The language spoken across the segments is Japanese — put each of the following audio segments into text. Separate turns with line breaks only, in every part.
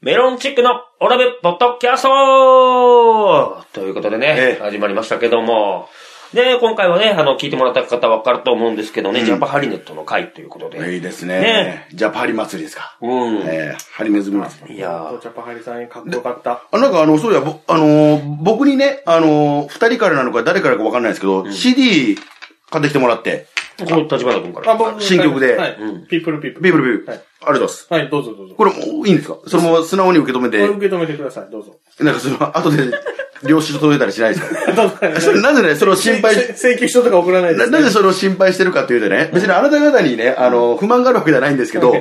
メロンチックのオラブポッドキャストということでね、
ええ
始まりましたけども。で、今回はね、あの、聞いてもらった方わかると思うんですけどね、ジャパハリネットの会ということで。
いいですね。
ね
ジャパハリ祭りですか。
うん。
えー、ハリネズミ祭り。
いやー
ジャパハリさんかっこよかった。
あなんかあの、そういや、ぼあのー僕にね、あのー二人からなのか誰からかわかんないですけど、CD 買ってきてもらって、
こういう立花君から。
僕新曲で
はい
うん。
ピープルピープル。
ビーブルビーブル、
はい
ありがとうございます。
はい、どうぞどうぞ。
これもういいんですかそのまま素直に受け止め
これ
て、
受け止めてください、どうぞ。
なんかその、後で、領収書届いたりしないですか
どうぞ。
それなぜね、それを心配し
せ請求書とか送らないで
な、
す
な
ね。
ぜそれを心配してるかというとね、別にあなた方にね、あの、不満があるわけじゃないんですけど、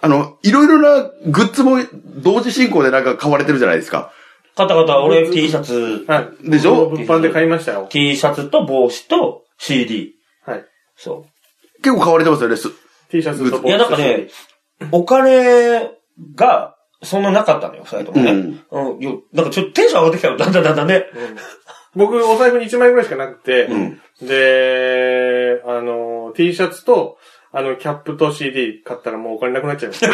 あの、いろいろなグッズも同時進行でなんか買われてるじゃないですか。
方々、俺 T シャツ、
はい。
でしょ
僕も物販で買いましたよ。
T シャツと帽子と CD。
はい。
そ
結構買われてますよね。す
T シャツと
う。
帽子。
いや、なんかね、お金が、そんななかったのよ、二人ともね。うん。よなんかちょっとテンション上がってきたよ、だんだんだんだんね。
僕、お財布に1枚ぐらいしかなくて、で、あの、T シャツと、あの、キャップと CD 買ったらもうお金なくなっちゃいました。い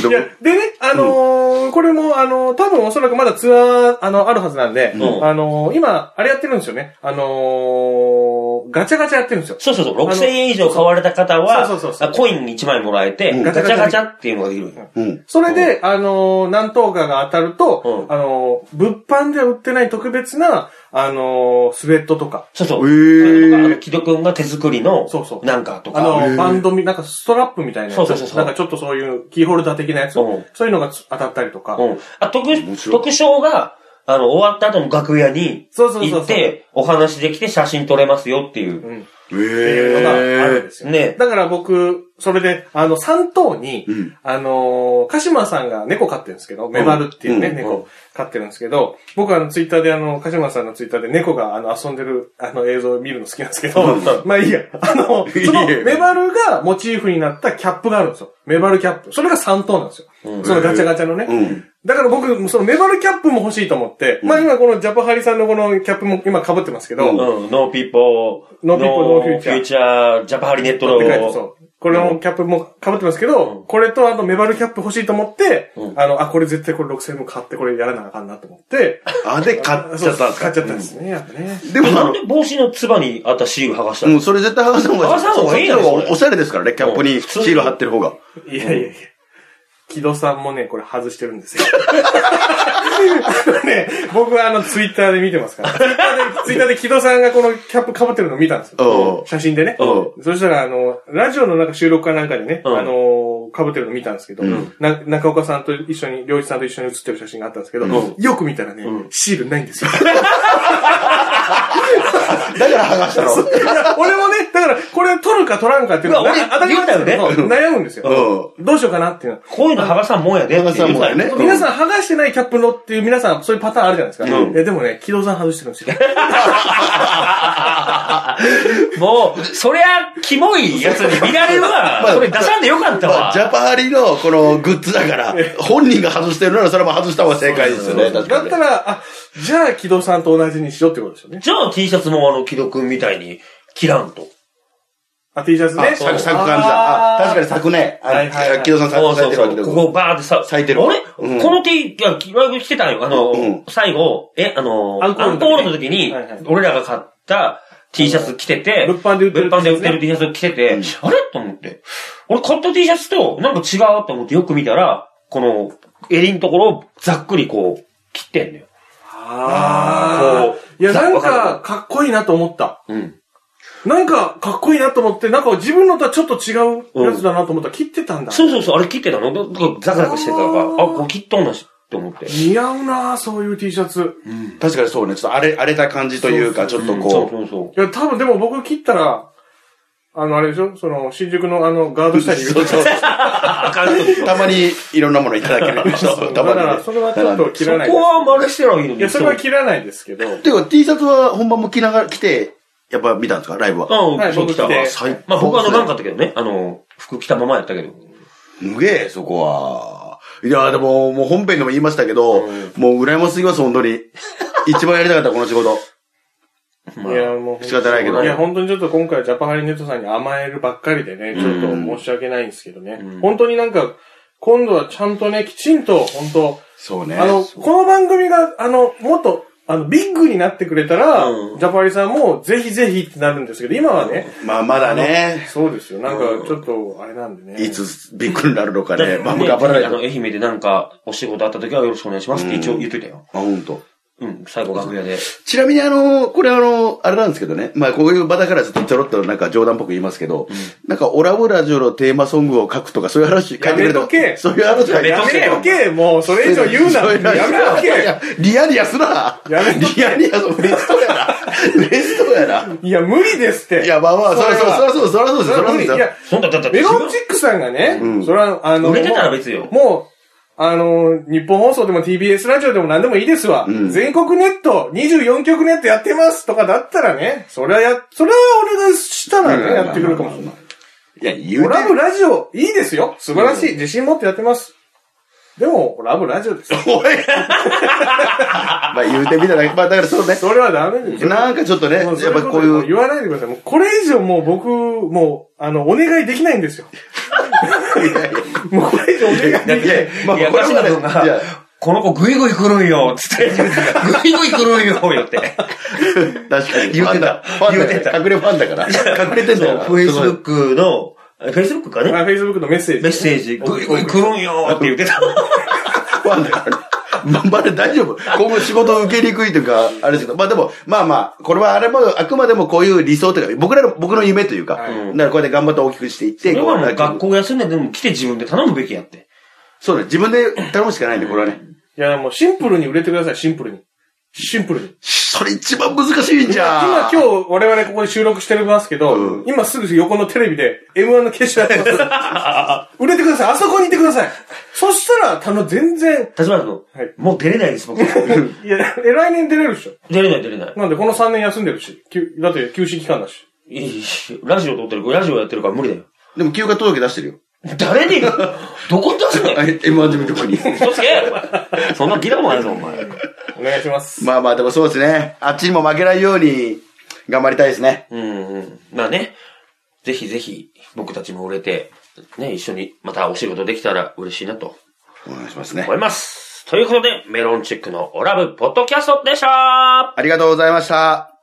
それ
や
も、
でね、あのーこれも、あのー多分おそらくまだツアー、あの、あるはずなんで、
うん
あのー今、あれやってるんですよね。あのーガチャガチャやってるんですよ。
そうそうそう、6000円以上買われた方は、
そうそうそうそう
あコイン1枚もらえて、
ん
ガチャガチャっていうのができる。
うん。
それで、あのー、何等かが当たると、
うん
あのー、物販では売ってない特別な、あのー、スウェットとか、
そうそう。
へー
あの木戸くんが手作りの
そうそ、う
なんかと
あ
か。
のー、バンドみ、なんかストラップみたいなやつ
そうそうそうそう
なんかちょっとそういうキーホルダー的なやつ、
うん
そういうのがつ当たったりとか、
うん。あ、特
白、い
特賞が、あの、終わった後の楽屋に、
そうそうそうそう
行って、お話できて写真撮れますよっていう。
うん、っ
え
ていうのがあるん
ー
で。すよ。
ね。
だから僕、それで、あの、3等に、
ん
あのー、鹿島さんが猫飼ってるんですけど、メバルっていうね、
うん
うん
猫飼ってるんですけど、僕あの、ツイッターであの、鹿島さんのツイッターで猫があの、遊んでる、あの、映像を見るの好きなんですけど、まあいいや。あの、その、
いいえ
メバルがモチーフになったキャップがあるんですよ。メバルキャップ。それが3等なんですよ。そのガチャガチャのね。
うん
だから僕、そのメバルキャップも欲しいと思って、まあ今このジャパハリさんのこのキャップも今被ってますけど、
うん
うん。ノーピーポー、
No people, no future
フューチャー、ジャパハリネットの。
って書いてそう。これのキャップも被ってますけど、これとあとメバルキャップ欲しいと思って、
うん
あの、あ、これ絶対これ6000円も買ってこれやらなあかんなと思って、
あ、で、買っちゃったんです
買
か
っちゃったんですね、やっぱね。
でも、
な
あ
ん
の
で、帽子のつばにあったシール剥がした
う
の
ん、それ絶対剥がさん方が
剥がさん方がいいよ
そっちの
それ
おおしゃれですからね、キャップ
うん
に
普通
シ
に
ール貼ってる方が。
いやいやいや。木戸さんもね、これ外してるんですよ。あのね、僕はあの、ツイッターで見てますから。ツイッターで、ツイッターで木戸さんがこのキャップ被ってるのを見たんです
お
よ
う。
写真でね。
お
そしたら、あの、ラジオのなんか収録かなんかでね、
うん
あのー、被ってるの見たんですけど、な中岡さんと一緒に、良一さんと一緒に写ってる写真があったんですけど、よく見たらね、シールないんですよ。
だから剥がしたの。
俺もね、だから、これ取るか取らんかっていうの
うわ俺
な当たり前ですけど、
言
悩むんですよ。どうしようかなっていうの。
こういうの剥がさんもんやでっていう。
剥がさんもんやねうん
皆さん剥がしてないキャップのっていう皆さん、そういうパターンあるじゃないですか。
うん
いやでもね、木戸さん外してるんですよ。
もう、そりゃ、キモいやつに見られるわ。
まあ
それ出さんでよかった
ま
わ
あ、。ジャパハリのこのグッズだから、本人が外してるならそれも外した方が正解ですよね、確か
だっ
に
た。ら、あ、じゃあ木戸さんと同じにしようってことですよね。
じゃあ T シャツもあの、木戸くんみたいに着らんと。
あ、T シャツね。
あ、作、作感じだ。あ、確かに作ね。
は
あ
いはいはい
木戸さん
そ
作
う
さ
そう
れてるわけ
そ
で
う。こ
も
こバーってさ、
咲いてるわ
あれ
うん
この T、いや、着着てたんよ。あ
うん
の、最後、え、あの、ア
ア
ン
ン
コ
コールの時ね
ールの時に
はいはい、
俺らが買った T シャツ着てて、
物販で売ってる
物販で売ってる T シャツ着てて、あれと思って。俺買った T シャツと、なんか違うと思ってよく見たら、この、襟のところをざっくりこう、切ってんのよ。
あ
こ
あ。いや、
ざ
なん
わるわ
か、かっこいいなと思った。
うん。
なんか、かっこいいなと思って、なんか自分のとはちょっと違うやつだなと思ったら、切ってたんだ。
そうそうそう、あれ切ってたのだからザクザクしてたから、あ、
あー
こう切っとんなし、って思って。
似合うなそういう T シャツ。
確かにそうね、ちょっと荒れ、荒れた感じというか、ちょっと
そう
こ
そうそう。
いや、多分でも僕切ったら、あの、あれでしょその、新宿のあの、ガード下にいる。
う。そうそう
あかん こと
たまにいろんなものいただけるでしょ。た
だ
ま
か
にね
ら、 それはちょっと切
そ
らないで
こ
す。
は真似してればいいのに。
いや、それは切らないですけど。
ていうか T シャツは本番も着ながら、着て、やっぱ見たんですかライブは。
うん、
はい
そう
僕
来たわ
来て
最
まあ僕はあの、
そうですね
なんかあったけどね、あの、服着たままやったけど。
すげえ、そこは。いや、でも、もう本編でも言いましたけど、
うん
もう羨ましすぎます、本当に。 一番やりたかった、この仕事。
まあ
いや、もう。
仕方ないけど
いや、本当にちょっと今回はジャパハリネットさんに甘えるばっかりでね、ちょっと申し訳ないんですけどね。本当になんか、今度はちゃんとね、きちんと、本当
そうね。
あの、
そう
この番組が、あの、もっと、あの、ビッグになってくれたら、
うん
ジャパリさんも、ぜひぜひってなるんですけど、今はね、
まあ、まだね、
そうですよ。なんか、ちょっと、あれなんでね。
いつビッグになるのかね、まあ、
ね
頑張らない
あの、
と。
愛媛でなんか、お仕事あった時はよろしくお願いしますって一応言っといたよ。
あ、ほんと。
うん、最後楽屋で。
ちなみにあの、これあの、あれなんですけどね。まあこういう場だからちょっとちょろっとなんか冗談っぽく言いますけど、なんかオラブラジオのテーマソングを書くとかそういう話書いてくれた
やめとけ
そういう話書いて
や
くれ
めとけ、もう、それ以上言うな。
そういう話
やめと
いやい
け。
やリアリアすな
やめとけ
リアリアすベストやな。ベストやな。
いや、無理ですって。
いや、まあまあ、そ
そ
り
れ
ゃそう、
は
そりゃそう、そりゃそうです、そりゃそうです
いや、
そんだ、だって、
メロンチックさんがね、それは、あの、
売れてたら別よ
もう、もうあの、日本放送でも TBS ラジオでも何でもいいですわ。全国ネット、24局ネットやってますとかだったらね、それはや、それはお願いしたらね、やってくるかもしれない。
いや、言
オ
うて
ラブラジオ、いいですよ。素晴らしい。自信持ってやってます。でも、オラブラジオですよ。
おいまあ言うてみたら、まあだからそうね。
それはダメですよ。
なんかちょっとね、や
も
っ
うそうい
ぱ
う
こ
こ
う
と
いう、
言わないでください。もうこれ以上もう僕、もう、あの、お願いできないんですよ。 もうこれ以上お願いできない
い。や、まあ
いや、
これ
ガシ
は
君
ね、いや
が、この子グイグイ来るんよ、つって。グイグイ来るんよ、よって。
確かに。
言うてた
ファンだ
言うてた
隠れファンだから。隠れてんだよな。
フェイスブックの、フェイスブックかね
まあ、Facebook のメッセージ。
メッセージ、グイグイ来るんよって言ってた。
ファンだからね。まあまだ大丈夫。今後仕事受けにくいというか、あれですけど、まあでも、まあまあ、これはあれも、あくまでもこういう理想というか、僕らの、僕の夢というか、だ
はい
からこうやって頑張って大きくしていって、
今
こう
もう学校休んででも来て自分で頼むべきやって。
そうね、自分で頼むしかないんで、これはね。
いや、もうシンプルに売れてください、シンプルに。シンプルに。
それ一番難しいんじゃ
今、
ん。
今日、我々ここで収録してますけど、
うん
今すぐ横のテレビで M1 の決勝やって ます。売れてください、あそこにいてください。そしたら、たの、全然、
立花君
はい、
もう出れない です、僕。
いや、 え来年出れるでしょ。
出れない、出れない。
なんで、この3年休んでるし、休だって休止期間だし。
いいラジオ撮ってる、ラジオやってるから無理だよ。
でも休暇届出してるよ。
誰 に、どこに出すのよ。
M1 事務局に。
嘘つけよお前そんな聞いたことないぞ、お前。
お願いします。
まあまあ、でもそうですね。あっちにも負けないように、頑張りたいですね。
うんうん。まあね、ぜひぜひ僕たちも売れて、ね、一緒にまたお仕事できたら嬉しいなと
お願いしますね
思。います。ということで、メロンチックのオラブポッドキャストでした
ありがとうございました。